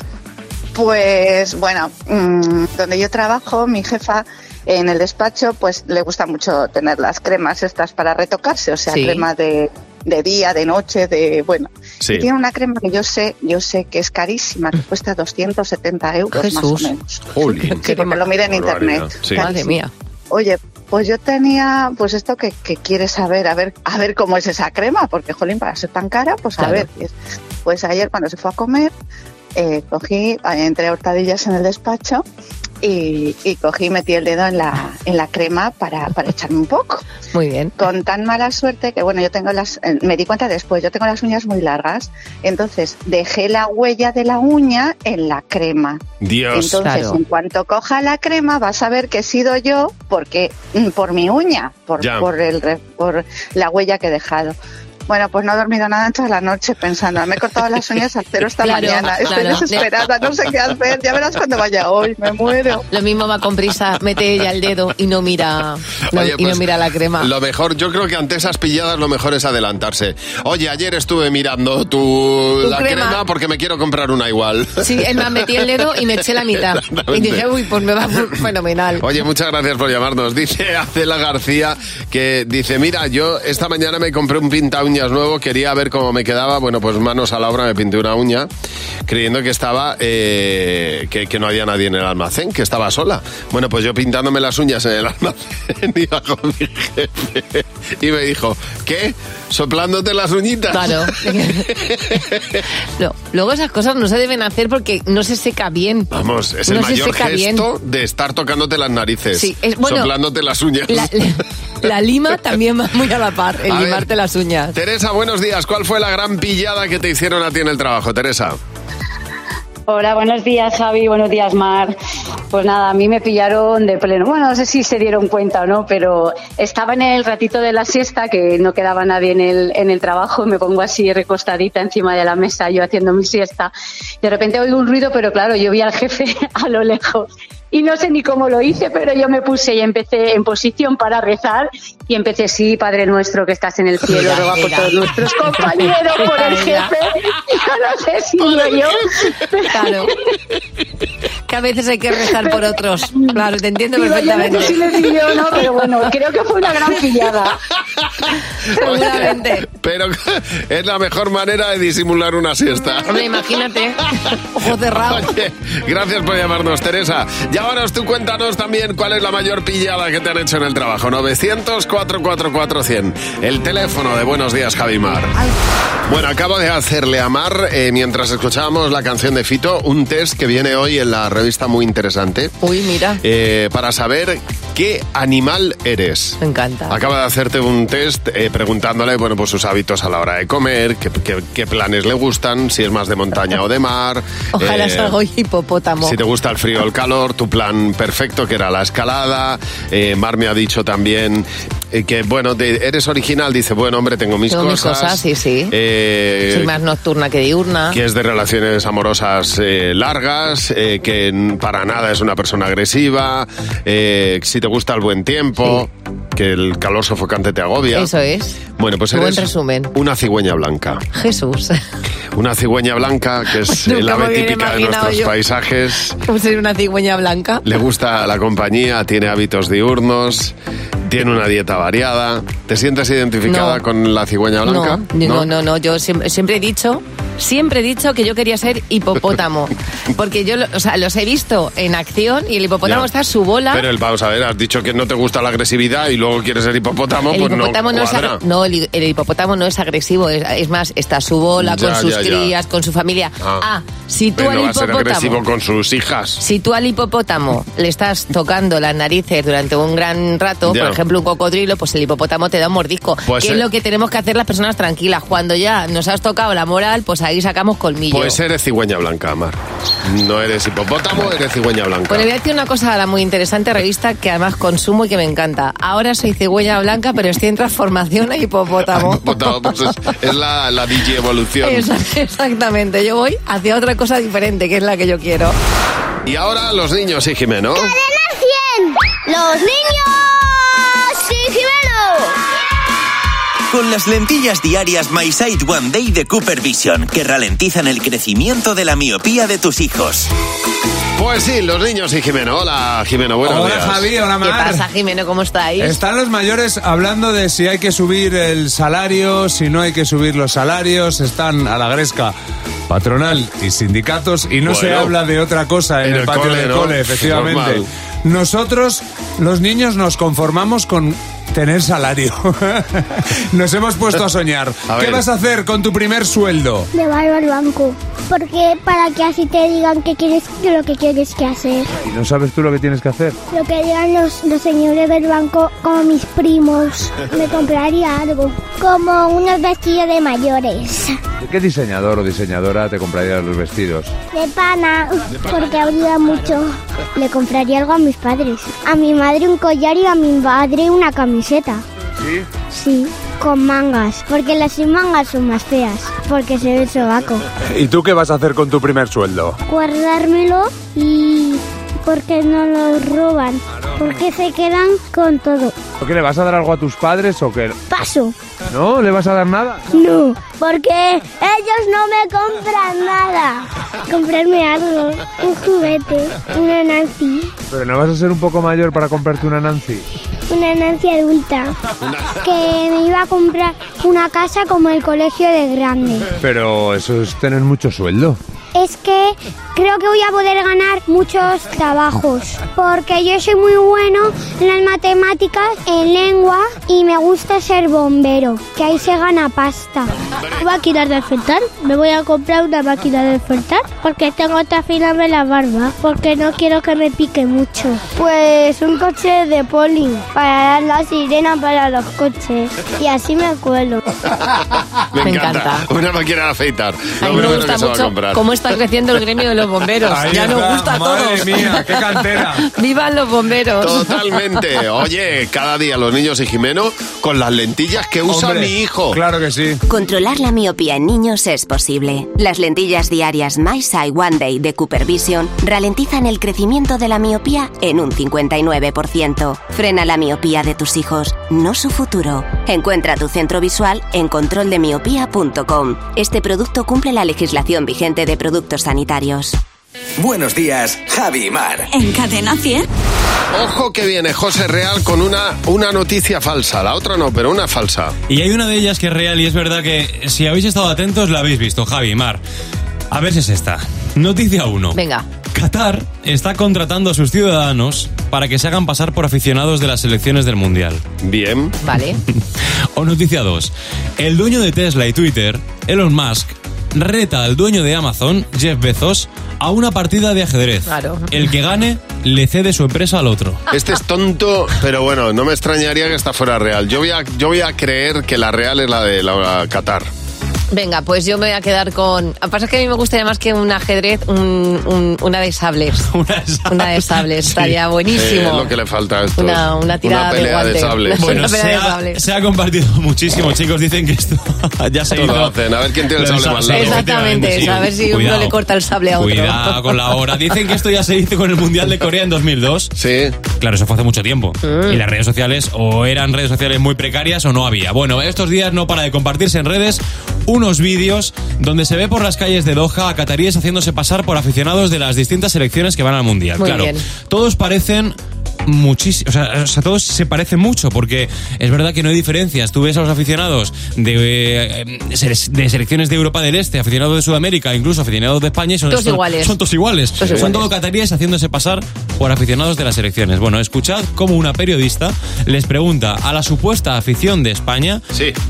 Pues bueno, mm, donde yo trabajo, mi jefa en el despacho, pues le gusta mucho tener las cremas estas para retocarse, o sea, Sí. cremas de, de día, de noche, de bueno. Sí. Y tiene una crema que yo sé, yo sé que es carísima, que cuesta 270 euros más o menos. Jolín. Sí, porque lo miré en Barbaridad, internet. sí. Madre mía. Oye, pues yo tenía, pues esto que, que quieres saber, a ver, a ver cómo es esa crema, porque jolín, para ser tan cara, pues a Claro. ver. Pues ayer cuando se fue a comer, eh, cogí, eh, entre hortadillas en el despacho y, y cogí y metí el dedo en la, en la crema para, para echarme un poco. Muy bien. Con tan mala suerte que, bueno, yo tengo las, eh, me di cuenta después, yo tengo las uñas muy largas, entonces dejé la huella de la uña en la crema. Dios. Entonces, en cuanto coja la crema, vas a ver que he sido yo porque mm, por mi uña, por, Ya. por, el, re- por la huella que he dejado. Bueno, pues no he dormido nada en toda la noche pensando, me he cortado las uñas al cero esta Claro, mañana, estoy claro. desesperada, no sé qué hacer, ya verás cuando vaya hoy, me muero. Lo mismo va con prisa, mete ella el dedo y no mira, no- Oye, y no pues, mira la crema. Lo mejor, yo creo que ante esas pilladas lo mejor es adelantarse. Oye, ayer estuve mirando tu, Tu la crema. crema. porque me quiero comprar una igual. Sí, es más, metí el dedo y me eché la mitad. Exactamente. Y dije, uy, pues me va fenomenal. Oye, muchas gracias por llamarnos. Dice Acela García que dice, mira, yo esta mañana me compré un pinta uñas nuevo, quería ver cómo me quedaba. Bueno, pues manos a la obra me pinté una uña, creyendo que estaba, eh, que, que no había nadie en el almacén, que estaba sola. Bueno, pues yo pintándome las uñas en el almacén iba con mi jefe y me dijo, ¿qué? ¿Soplándote las uñitas? Claro. Lo, Luego esas cosas no se deben hacer porque no se seca bien. Vamos, es el No se mayor seca bien. gesto de estar tocándote las narices, Sí, es- bueno, soplándote las uñas. La, la lima también va muy a la par, el A ver. limarte las uñas. Teresa, buenos días. ¿Cuál fue la gran pillada que te hicieron a ti en el trabajo, Teresa? Hola, buenos días Javi, buenos días Mar. Pues nada, a mí me pillaron de pleno. Bueno, no sé si se dieron cuenta o no, pero estaba en el ratito de la siesta, que no quedaba nadie en el, en el trabajo, y me pongo así recostadita encima de la mesa, yo haciendo mi siesta. De repente oigo un ruido, pero claro, yo vi al jefe a lo lejos. Y no sé ni cómo lo hice, pero yo me puse y empecé en posición para rezar y empecé, sí, Padre nuestro que estás en el cielo, Mira, roba por mira. todos nuestros compañeros, por el jefe. Yo no sé si Por yo, el yo. Claro. Que a veces hay que rezar por otros. Claro, te entiendo Digo, yo no perfectamente. sé si les sirvió o no, pero bueno, creo que fue una gran pillada. Seguramente. Pero es la mejor manera de disimular una siesta. Hombre, imagínate. Ojo cerrado. Oye, gracias por llamarnos, Teresa. Llámanos tú, cuéntanos también cuál es la mayor pillada que te han hecho en el trabajo. 900-444-100. El teléfono de Buenos Días, Javimar. Bueno, acabo de hacerle a Mar, eh, mientras escuchábamos la canción de Fito, un test que viene hoy en la revista muy interesante. Uy, mira. Eh, para saber qué animal eres. Me encanta. Acaba de hacerte un test eh, preguntándole bueno, pues sus hábitos a la hora de comer, qué, qué- qué planes le gustan, si es más de montaña o de mar. Ojalá eh, salga hoy hipopótamo. si te gusta el frío o el calor, tu plan perfecto que era la escalada. Eh, Mar me ha dicho también eh, que, bueno, de- eres original. Dice, bueno, hombre, tengo mis Tengo mis cosas. cosas, sí, sí. Eh, Soy más nocturna que diurna. que es de relaciones amorosas eh, largas, eh, que n- para nada es una persona agresiva, eh, si te gusta el buen tiempo, que el calor sofocante te agobia. Eso es. Bueno, pues Qué buen eres resumen. una cigüeña blanca. Jesús. Una cigüeña blanca, que es Nunca el me ave hubiera típica de imaginado nuestros yo. paisajes. Como ser una cigüeña blanca. Le gusta la compañía, tiene hábitos diurnos, tiene una dieta variada. ¿Te sientes identificada No. con la cigüeña blanca? No, no, no, no, yo siempre, siempre he dicho, siempre he dicho que yo quería ser hipopótamo, porque yo, lo- o sea, los he visto en acción y el hipopótamo Ya. está a su bola. Pero el, vamos a ver, has dicho que no te gusta la agresividad y luego quieres ser hipopótamo, el pues hipopótamo no no, es cuadra. ag- no, el, el hipopótamo no es agresivo, es, es más, está a su bola, Ya, con sus ya, ya. crías, con su familia. Ah. Ah, si tú Pero al no va a ser agresivo hipopótamo. con sus hijas. Si tú al hipopótamo le estás tocando las narices durante un gran rato, Ya. por ejemplo un cocodrilo, pues el hipopótamo te da un mordisco. Pues, que eh, es lo que tenemos que hacer las personas tranquilas. Cuando ya nos has tocado la moral, pues ahí sacamos colmillo. Pues eres cigüeña blanca, Mar. No eres hipopótamo, eres cigüeña blanca. Bueno, voy a decir una cosa a la muy interesante revista que además consumo y que me encanta. Ahora soy cigüeña blanca, pero estoy en transformación a hipopótamo. Hipopótamo, pues es, es la, la DJ evolución. Esa- Exactamente, yo voy hacia otra cosa diferente, que es la que yo quiero. Y ahora los niños, sí, Jimeno. ¡Los niños! ¡Sí, Con las lentillas diarias My Sight One Day de Cooper Vision, que ralentizan el crecimiento de la miopía de tus hijos. Pues sí, los niños y Jimeno. Hola, Jimeno, buenos Hola, días. Javi, hola, ¿Qué Mar. pasa, Jimeno? ¿Cómo estáis? Están los mayores hablando de si hay que subir el salario, si no hay que subir los salarios. Están a la gresca patronal y sindicatos y no se Bueno. habla de otra cosa en, En el, el patio cole, del ¿no? cole, efectivamente. Normal. Nosotros, los niños, nos conformamos con tener salario. nos hemos puesto a soñar. A ¿Qué ver. vas a hacer con tu primer sueldo? Llevarlo al banco. Porque para que así te digan que quieres lo que quieres que hacer. ¿Y no sabes tú lo que tienes que hacer? Lo que digan los, los señores del banco como mis primos. Me compraría algo. Como unos vestidos de mayores. ¿De qué diseñador o diseñadora te comprarías los vestidos? De pana. Porque ayuda mucho. Le compraría algo a mis padres. A mi madre un collar y a mi padre una camiseta. ¿Sí? Sí, con mangas. Porque las sin mangas son más feas. Porque se ve el sobaco. ¿Y tú qué vas a hacer con tu primer sueldo? guardármelo y porque no lo roban, porque se quedan con todo. ¿O qué le vas a dar algo a tus padres o qué? Paso. ¿No? ¿Le vas a dar nada? No, porque ellos no me compran nada. Comprarme algo, un juguete, una Nancy, ¿Pero no vas a ser un poco mayor para comprarte una Nancy? una Nancy adulta, que me iba a comprar una casa como el colegio de grande. Pero eso es tener mucho sueldo. es que creo que voy a poder ganar muchos trabajos, porque yo soy muy bueno en las matemáticas, en lengua y me gusta ser bombero, que ahí se gana pasta. Máquina de afeitar, me voy a comprar una máquina de afeitar, porque tengo que afilarme la barba, porque no quiero que me pique mucho. Pues un coche de poli para la sirena para los coches, y así me cuelo. Me, Me encanta. encanta. Una máquina de afeitar. A Lo mí me primero gusta que se va a mucho comprar. cómo está creciendo el gremio de los bomberos. Ahí ya nos está, gusta a madre todos. mía, qué cantera. ¡Vivan los bomberos! Totalmente. Oye, cada día los niños y Jimeno con las lentillas que usa Hombre, mi hijo. Claro que sí. Controlar la miopía en niños es posible. Las lentillas diarias My Sight One Day de Cooper Vision ralentizan el crecimiento de la miopía en un 59%. Frena la miopía de tus hijos, no su futuro. Encuentra tu centro visual en controldemiopía.com. Este producto cumple la legislación vigente de productos sanitarios. Buenos días, Javi y Mar. ¿En cadena 100? Ojo que viene José Real con una, una noticia falsa. La otra no, pero una falsa. Y hay una de ellas que es real y es verdad que si habéis estado atentos la habéis visto, Javi y Mar. A ver si es esta. Noticia 1. Venga. Qatar está contratando a sus ciudadanos para que se hagan pasar por aficionados de las selecciones del Mundial. Bien. Vale. O noticia 2. El dueño de Tesla y Twitter, Elon Musk, reta al dueño de Amazon, Jeff Bezos, a una partida de ajedrez. Claro. El que gane le cede su empresa al otro. Este es tonto, pero bueno, no me extrañaría que esta fuera real. Yo voy a, yo voy a creer que la real es la de la Qatar. Venga, pues yo me voy a quedar con. Lo que pasa es que a mí me gustaría más que un ajedrez, un- un- una de sables. una de sables. estaría Eh, buenísimo. lo que le falta a esto. Una- una tirada de pelea de, guante. sables. Bueno, se ha, se ha compartido muchísimo, chicos. Dicen que esto ya se Esto hizo. lo hacen, a ver quién tiene el Lo del sable más largo. Exactamente, sí. a ver si Cuidado. uno le corta el sable a otro. Cuidado con la hora. Dicen que esto ya se hizo con el Mundial de Corea en 2002. Sí. Claro, eso fue hace mucho tiempo. Mm. Y las redes sociales o eran redes sociales muy precarias o no había. Bueno, estos días no para de compartirse en redes unos vídeos donde se ve por las calles de Doha a cataríes haciéndose pasar por aficionados de las distintas selecciones que van al Mundial. Muy claro, bien. todos parecen muchísimo, o sea, o sea, todos se parecen mucho porque es verdad que no hay diferencias. Tú ves a los aficionados de, eh, sele- de selecciones de Europa del Este, aficionados de Sudamérica, incluso aficionados de España y son Todos son- iguales. Son todos iguales. Todos Son iguales. todos cataríes haciéndose pasar por aficionados de las selecciones. Bueno, escuchad cómo una periodista les pregunta a la supuesta afición de España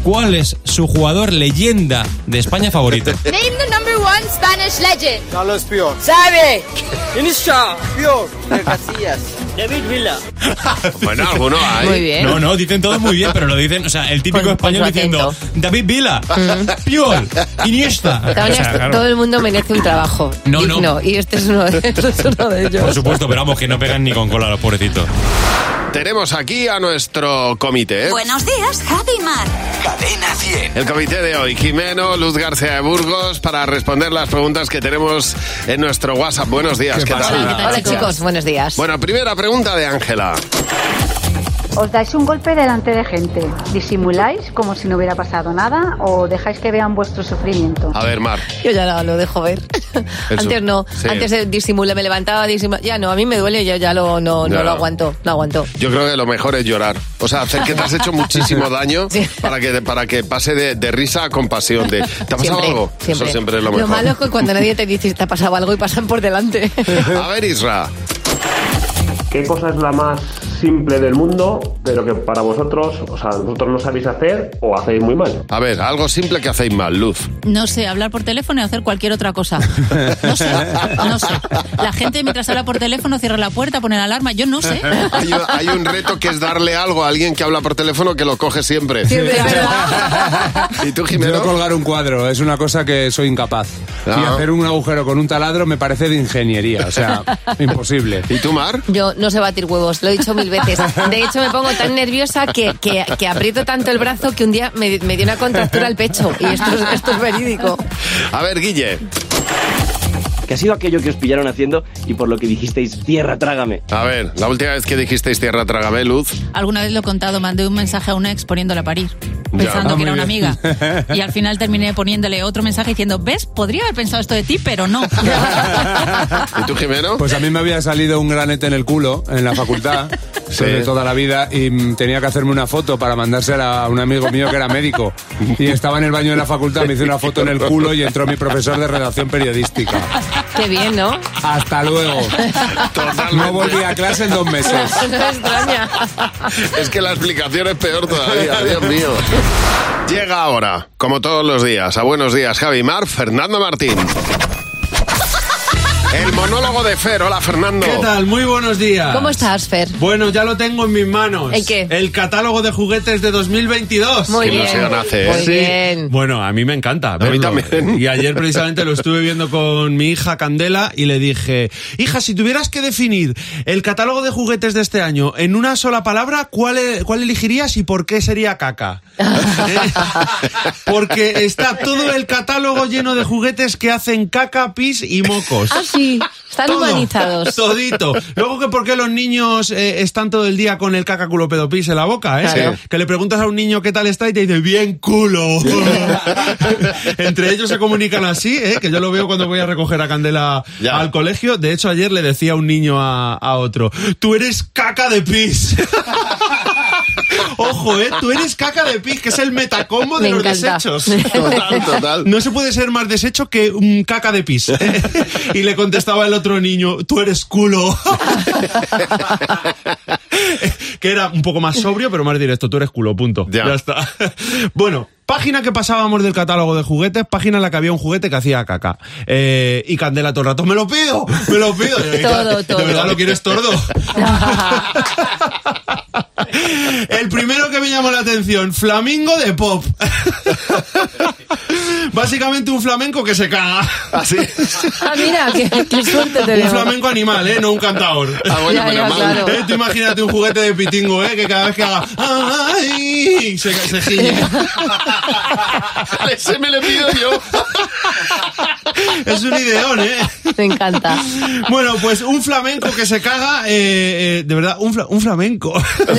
cuál es su jugador leyenda de España favorito. Name the number one Spanish legend. Carlos Pio. Sabe. Iniesta. Pio. Casillas. David Villa. Bueno, alguno hay. Muy bien. No, no, dicen todos muy bien, pero lo dicen, o sea, el típico Con- con español su diciendo David Vila, Mm. Piol, Iniesta. O sea, También es- claro. Todo el mundo merece un trabajo No, no. digno y este es uno de, este es uno de ellos. Por supuesto, pero vamos, que no pegan ni con cola los pobrecitos. Tenemos aquí a nuestro comité. Buenos días, Javi y Mar. Cadena 100. El comité de hoy, Jimeno, Luz García de Burgos, para responder las preguntas que tenemos en nuestro WhatsApp. Buenos días, ¿qué, tal? Hola chicos, buenos días. Bueno, primera pregunta de Ángela. ¿Os dais un golpe delante de gente? ¿Disimuláis como si no hubiera pasado nada o dejáis que vean vuestro sufrimiento? A ver, Mar. Yo ya lo, lo dejo ver. Eso, Antes no, sí. antes eh, disimula, me levantaba, disimula. Ya no, a mí me duele, yo ya lo, no, no Ya. lo aguanto, no aguanto. Yo creo que lo mejor es llorar. O sea, hacer que te has hecho muchísimo daño para que, para que pase de, de risa a compasión. De, ¿Te ha pasado Siempre, algo? Eso siempre es lo mejor. malo es que cuando nadie te dice te ha pasado algo y pasan por delante. A ver, Isra. ¿Qué cosa es la más simple del mundo, pero que para vosotros, o sea, vosotros no sabéis hacer o hacéis muy mal? A ver, algo simple que hacéis mal, Luz. No sé, hablar por teléfono y hacer cualquier otra cosa. No sé, no sé. La gente mientras habla por teléfono cierra la puerta, pone la alarma, yo no sé. Hay, un- hay un reto que es darle algo a alguien que habla por teléfono que lo coge siempre. ¿Y tú, Quiero colgar un cuadro, es una cosa que soy incapaz. Y hacer un agujero con un taladro me parece de ingeniería, o sea, imposible. ¿Y tú, Mar? Yo no sé batir huevos, lo he dicho mil veces. De hecho, me pongo tan nerviosa que, que, que aprieto tanto el brazo que un día me, me dio una contractura al pecho. Y esto es, esto es verídico. A ver, Guille. Que ha sido aquello que os pillaron haciendo y por lo que dijisteis, tierra, trágame. A ver, la última vez que dijisteis tierra trágame, Luz. Alguna vez lo he contado, mandé un mensaje a un ex poniéndola a parir, pensando ah, que era una amiga. Y al final terminé poniéndole otro mensaje diciendo, ves, podría haber pensado esto de ti, pero no. ¿Y tú, Jimeno? Pues a mí me había salido un granete en el culo en la facultad soy de toda la vida y mm, tenía que hacerme una foto para mandársela a un amigo mío que era médico. Y estaba en el baño de la facultad, me hizo una foto en el culo y entró mi profesor de redacción periodística. Qué bien, ¿no? Hasta luego. No volví a clase en dos meses. No me extraña. Es que la explicación es peor todavía, Dios mío. Llega ahora, como todos los días, a Buenos Días Javi Mar, Fernando Martín. El monólogo de Fer, hola Fernando. ¿Qué tal? Muy buenos días. ¿Cómo estás, Fer? Bueno, ya lo tengo en mis manos. ¿El qué? El catálogo de juguetes de 2022. Muy Qué bien. ilusión hace, ¿eh? Muy bien. Bueno, a mí me encanta. A mí verlo. también. Y ayer precisamente lo estuve viendo con mi hija Candela y le dije, hija, si tuvieras que definir el catálogo de juguetes de este año en una sola palabra, ¿cuál, e- cuál elegirías y por qué sería caca? Porque está todo el catálogo lleno de juguetes que hacen caca, pis y mocos. Ah, sí. Están Todo. humanizados. Todito. Luego que por qué los niños eh, están todo el día con el caca culo pedo pis en la boca, ¿eh? Claro. Que le preguntas a un niño qué tal está y te dice, bien culo. Entre ellos se comunican así, ¿eh? Que yo lo veo cuando voy a recoger a Candela al colegio. De hecho, ayer le decía un niño a, a otro, tú eres caca de pis. Ojo, ¿eh? Tú eres caca de pis, que es el metacombo de Me los encanta. desechos. Total, total. No se puede ser más deshecho que un caca de pis. y le contestaba el otro niño, tú eres culo. que era un poco más sobrio, pero más directo, tú eres culo, punto. Ya, está. bueno. Página que pasábamos del catálogo de juguetes, página en la que había un juguete que hacía caca. Eh, y Candela todo el rato, me lo pido, me lo pido. Y yo, Todo, todo. ¿De verdad lo quieres tordo? El primero que me llamó la atención, flamingo de pop. Básicamente un flamenco que se caga. Así. Ah, mira, qué, qué suerte Un tenemos. flamenco animal, ¿eh? No un cantador. Ah, bueno, Ya, menos ya, mal. claro. Eh, Tú imagínate un juguete de pitingo, ¿eh? Que cada vez que haga... ¡Ay! Se, se giñe. Ese me le pido yo. Es un ideón, ¿eh? Me encanta. Bueno, pues un flamenco que se caga, eh, eh, de verdad, un, fla- un flamenco.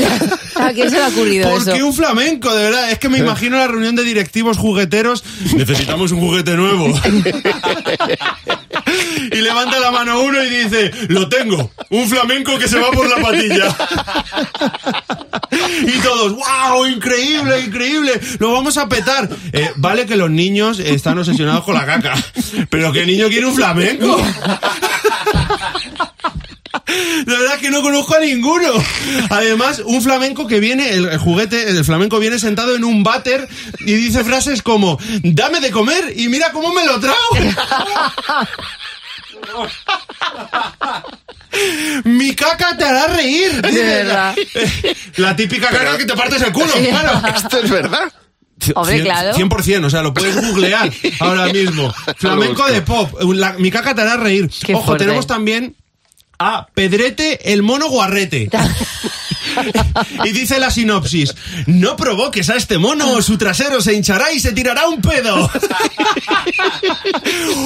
¿A quién se le ha ocurrido ¿Por eso? qué un flamenco? De verdad, es que me imagino la reunión de directivos jugueteros. Necesitamos un juguete nuevo. y levanta la mano uno y dice, lo tengo, un flamenco que se va por la patilla. y todos, wow, increíble, increíble, lo vamos a petar. Eh, vale que los niños están obsesionados con la caca, pero ¿qué niño quiere un flamenco? De verdad que no conozco a ninguno. Además, un flamenco que viene, el, el juguete, el flamenco viene sentado en un váter y dice frases como, dame de comer y mira cómo me lo trago. Mi caca te hará reír. De verdad. La típica caca que te partes el culo, Sí. claro. Esto es verdad. Hombre, claro. 100%, o sea, lo puedes googlear ahora mismo. Flamenco de pop. La- mi caca te hará reír. Qué Ojo, fuerte. tenemos también a Pedrete el mono guarrete. y dice la sinopsis, no provoques a este mono, o su trasero se hinchará y se tirará un pedo.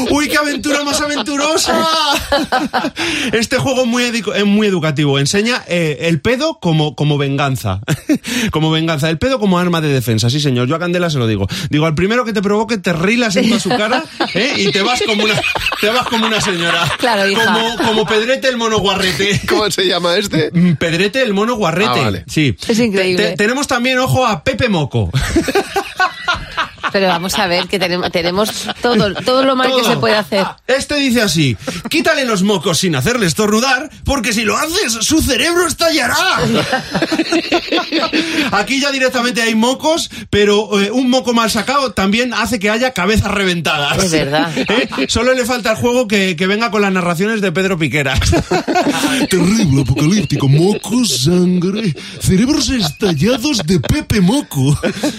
Uy, qué aventura más aventurosa. Este juego es muy, edu- es muy educativo. Enseña eh, el pedo como, como venganza. Como venganza. El pedo como arma de defensa. Sí, señor. Yo a Candela se lo digo. Digo, al primero que te provoque, te rilas en toda su cara ¿eh? y te vas como una, te vas como una señora. Claro, hija. Como, como Pedrete el mono guarrete. Mm, ¿Cómo se llama este? Pedrete el mono guarrete. Ah, vale. Sí. Es increíble. Te- tenemos también, ojo, a Pepe Moco. Pero vamos a ver que tenemos, tenemos todo, todo lo mal que Todo. se puede hacer. Este dice así: quítale los mocos sin hacerle estornudar, porque si lo haces, su cerebro estallará. Aquí ya directamente hay mocos, pero eh, un moco mal sacado también hace que haya cabezas reventadas. Es verdad. ¿Eh? Solo le falta al juego que, que venga con las narraciones de Pedro Piqueras. Terrible apocalíptico: mocos, sangre, cerebros estallados de Pepe Moco.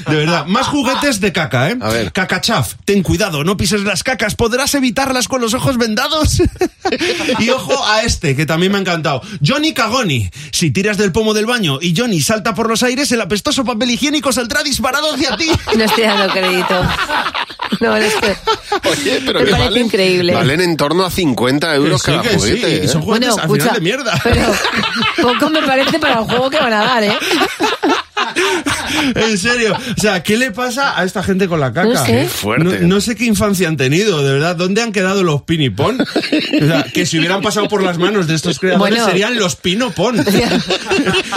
De verdad, más juguetes de caca, ¿eh? A ver. Cacachaf, ten cuidado, no pises las cacas, podrás evitarlas con los ojos vendados. y ojo a este, que también me ha encantado. Johnny Cagoni, si tiras del pomo del baño y Johnny salta por los aires, el apestoso papel higiénico saldrá disparado hacia ti. No estoy dando crédito. No, es que... Oye, pero Me que parece valen, increíble. Valen en torno a 50 euros Que sí, cada que sí, juguete. y son juguetes ¿eh? Bueno, al final escucha, de mierda. Pero poco me parece para el juego que van a dar, ¿eh? en serio. O sea, ¿qué le pasa a esta gente con la caca? No sé. Qué fuerte. No, no sé qué infancia han tenido, de verdad. ¿Dónde han quedado los pinipón? O sea, que si hubieran pasado por las manos de estos creadores Bueno. serían los pinopón. De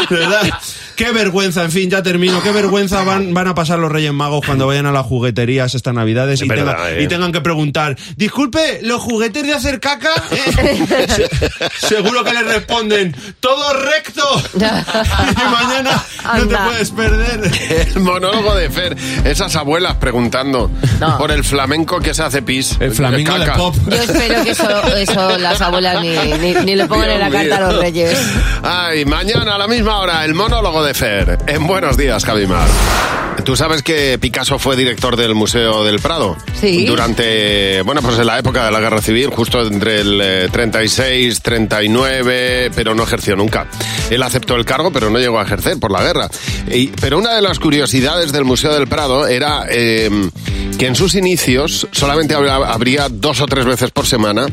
verdad. Qué vergüenza, en fin, ya termino. Qué vergüenza van, van a pasar los Reyes Magos cuando vayan a las jugueterías estas Navidades y, verdad, tengan- eh. y tengan que preguntar: Disculpe, ¿los juguetes de hacer caca? Eh, se- seguro que le responden: ¡Todo recto! y mañana no te puedes perder. El monólogo de Fer. Esas abuelas preguntando por el flamenco que se hace pis. El flamenco de pop. Yo espero que eso, eso las abuelas ni, ni, ni lo pongan en la Dios carta a los mío. reyes. Ay, mañana a la misma hora, el monólogo de Fer. En Buenos Días, Javi Mar. Tú sabes que Picasso fue director del Museo del Prado. Sí. Durante, bueno, pues en la época de la Guerra Civil, justo entre el eh, 36, 39, pero no ejerció nunca. Él aceptó el cargo, pero no llegó a ejercer por la guerra. Y- pero una de las curiosidades del Museo del Prado era eh, que en sus inicios solamente habría habría dos o tres veces por semana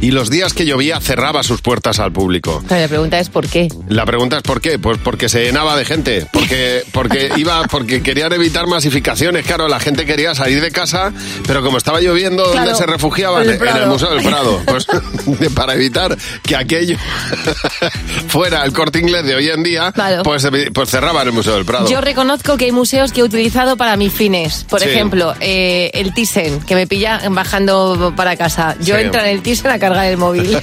y los días que llovía cerraba sus puertas al público. Pero la pregunta es por qué. La pregunta es por qué, pues porque se llenaba de gente, porque porque iba porque querían evitar masificaciones, claro, la gente quería salir de casa, pero como estaba lloviendo, ¿dónde Claro, se refugiaban? en el En el Prado. Museo del Prado, pues para evitar que aquello fuera el corte inglés de hoy en día, pues pues cerraban el Museo del Prado. Yo reconozco que hay museos que he utilizado para mis fines. Por Sí. ejemplo, eh, el Thyssen, que me pilla bajando para casa. Yo Sí. entro en el Thyssen a cargar el móvil.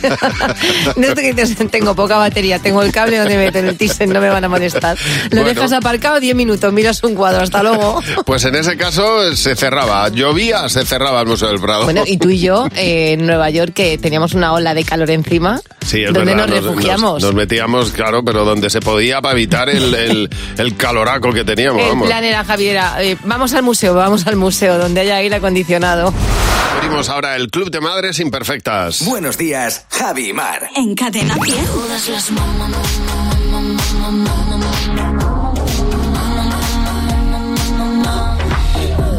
no es que dices, tengo poca batería, tengo el cable donde meto en el Thyssen, no me van a molestar. Lo Bueno. dejas aparcado 10 minutos, miras un cuadro, hasta luego. Pues en ese caso se cerraba, llovía, se cerraba el Museo del Prado. Bueno, y tú y yo eh, en Nueva York que teníamos una ola de calor encima, Sí, es donde verdad, nos refugiamos. Nos, nos metíamos, claro, pero donde se podía para evitar el, el- el caloraco que teníamos. el vamos. plan era, Javier, era, eh, vamos al museo, vamos al museo, donde haya aire acondicionado. Abrimos ahora el Club de Madres Imperfectas. Buenos días, Javi y Mar. En cadena 100.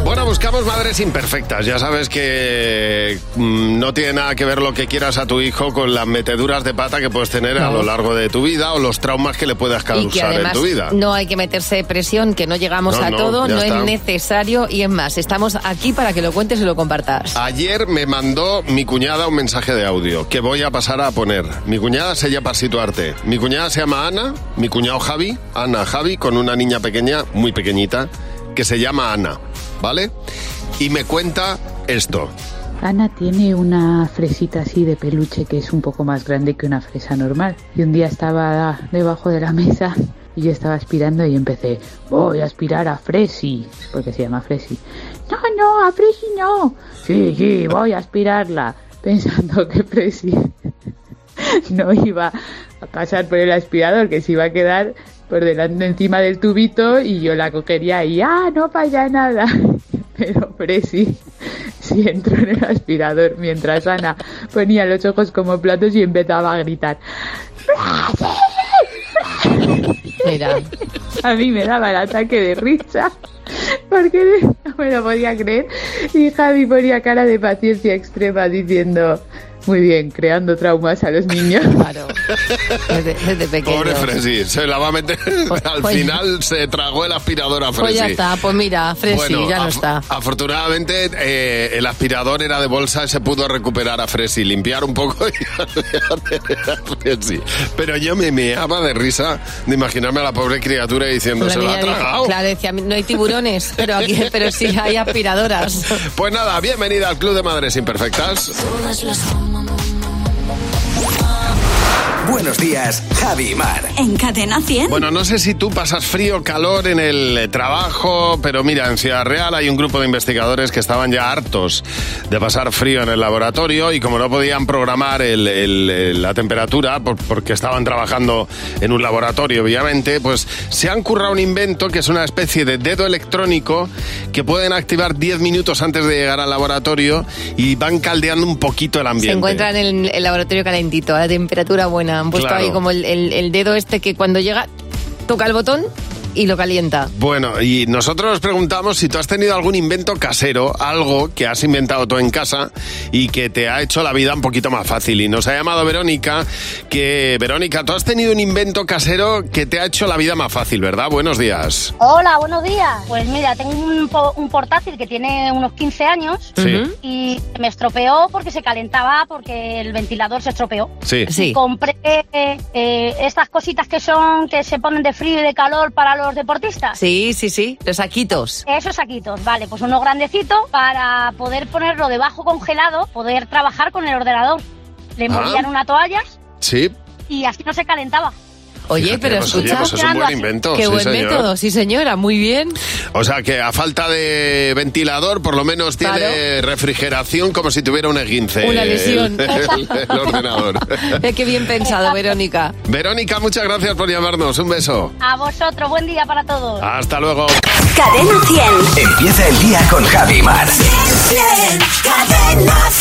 Bueno, buscamos madres imperfectas. Ya sabes que mm, no tiene nada que ver lo que quieras a tu hijo con las meteduras de pata que puedes tener a lo largo de tu vida o los traumas que le puedas y que causar en además tu vida. no hay que meterse presión, que no llegamos No, a no, todo, ya no está. es necesario y es más, estamos aquí para que lo cuentes y lo Ah, compartas. Ayer me mandó mi cuñada un mensaje de audio que voy a pasar a poner. Mi cuñada se llama, para situarte, mi cuñada se llama Ana, mi cuñado Javi, Ana Javi, con una niña pequeña, muy pequeñita, que se llama Ana, ¿vale? Y me cuenta esto. Ana tiene una fresita así de peluche que es un poco más grande que una fresa normal. Y un día estaba debajo de la mesa y yo estaba aspirando y empecé, voy a aspirar a Fresi, porque se llama Fresi. No, no, a Fresi no. Sí, sí, voy a aspirarla. Pensando que Fresi no iba a pasar por el aspirador, que se iba a quedar por delante encima del tubito y yo la cogería y, ah, no pasa nada. Pero Fresi si entró en el aspirador mientras Ana ponía los ojos como platos y empezaba a gritar. A mí me daba el ataque de risa porque no me lo podía creer y Javi ponía cara de paciencia extrema diciendo muy bien, creando traumas a los niños. Desde, desde pequeño. Pobre Fresi, se la va a meter. Al pues- final se tragó el aspirador a Fresi. Pues ya está, pues mira, Fresi, Bueno, ah, ya no af- está. Afortunadamente eh, el aspirador era de bolsa y se pudo recuperar a Fresi, limpiar un poco y a Fresi. Pero yo me meaba de risa de imaginarme a la pobre criatura diciendo, La pues se lo niña ha de- tragado. claro, decía, no hay tiburones, pero, aquí, pero sí hay aspiradoras. Pues nada, bienvenida al Club de Madres Imperfectas. Buenos días, Javi y Mar. En cadena 100. Bueno, no sé si tú pasas frío, calor en el eh, trabajo, pero mira, en Ciudad Real hay un grupo de investigadores que estaban ya hartos de pasar frío en el laboratorio y como no podían programar el- el- el- la temperatura por- porque estaban trabajando en un laboratorio, obviamente, pues se han currado un invento que es una especie de dedo electrónico que pueden activar 10 minutos antes de llegar al laboratorio y van caldeando un poquito el Se ambiente. encuentran en el, el laboratorio calentito, a la temperatura buena. Han puesto Claro. ahí como el, el- el dedo este que cuando llega toca el botón y lo calienta. Bueno, y nosotros os preguntamos si tú has tenido algún invento casero, algo que has inventado tú en casa y que te ha hecho la vida un poquito más fácil. Y nos ha llamado Verónica, que Verónica, tú has tenido un invento casero que te ha hecho la vida más fácil, ¿verdad? Buenos días. Hola, buenos días. Pues mira, tengo un, po- un portátil que tiene unos 15 años Sí. y me estropeó porque se calentaba, porque el ventilador se estropeó. Sí. Sí. Y compré eh, eh, estas cositas que son, que se ponen de frío y de calor para los deportistas. Sí, sí, sí, los saquitos. Esos saquitos, vale, pues uno grandecito para poder ponerlo debajo congelado, poder trabajar con el ordenador. Le Ah. movían una toalla Sí. y así no se calentaba. Oye, Fíjate, pero pues, oye, escucha, pues es un buen invento, Qué sí, buen señor. método, sí señora, muy bien. O sea que a falta de ventilador, por lo menos tiene refrigeración como si tuviera un esguince. Una lesión. El, el- el ordenador. Eh, Qué bien pensado, Verónica. Verónica, muchas gracias por llamarnos. Un beso. A vosotros, buen día para todos. Hasta luego. Cadena 100. Empieza el día con Javi Mar. Cadena 100.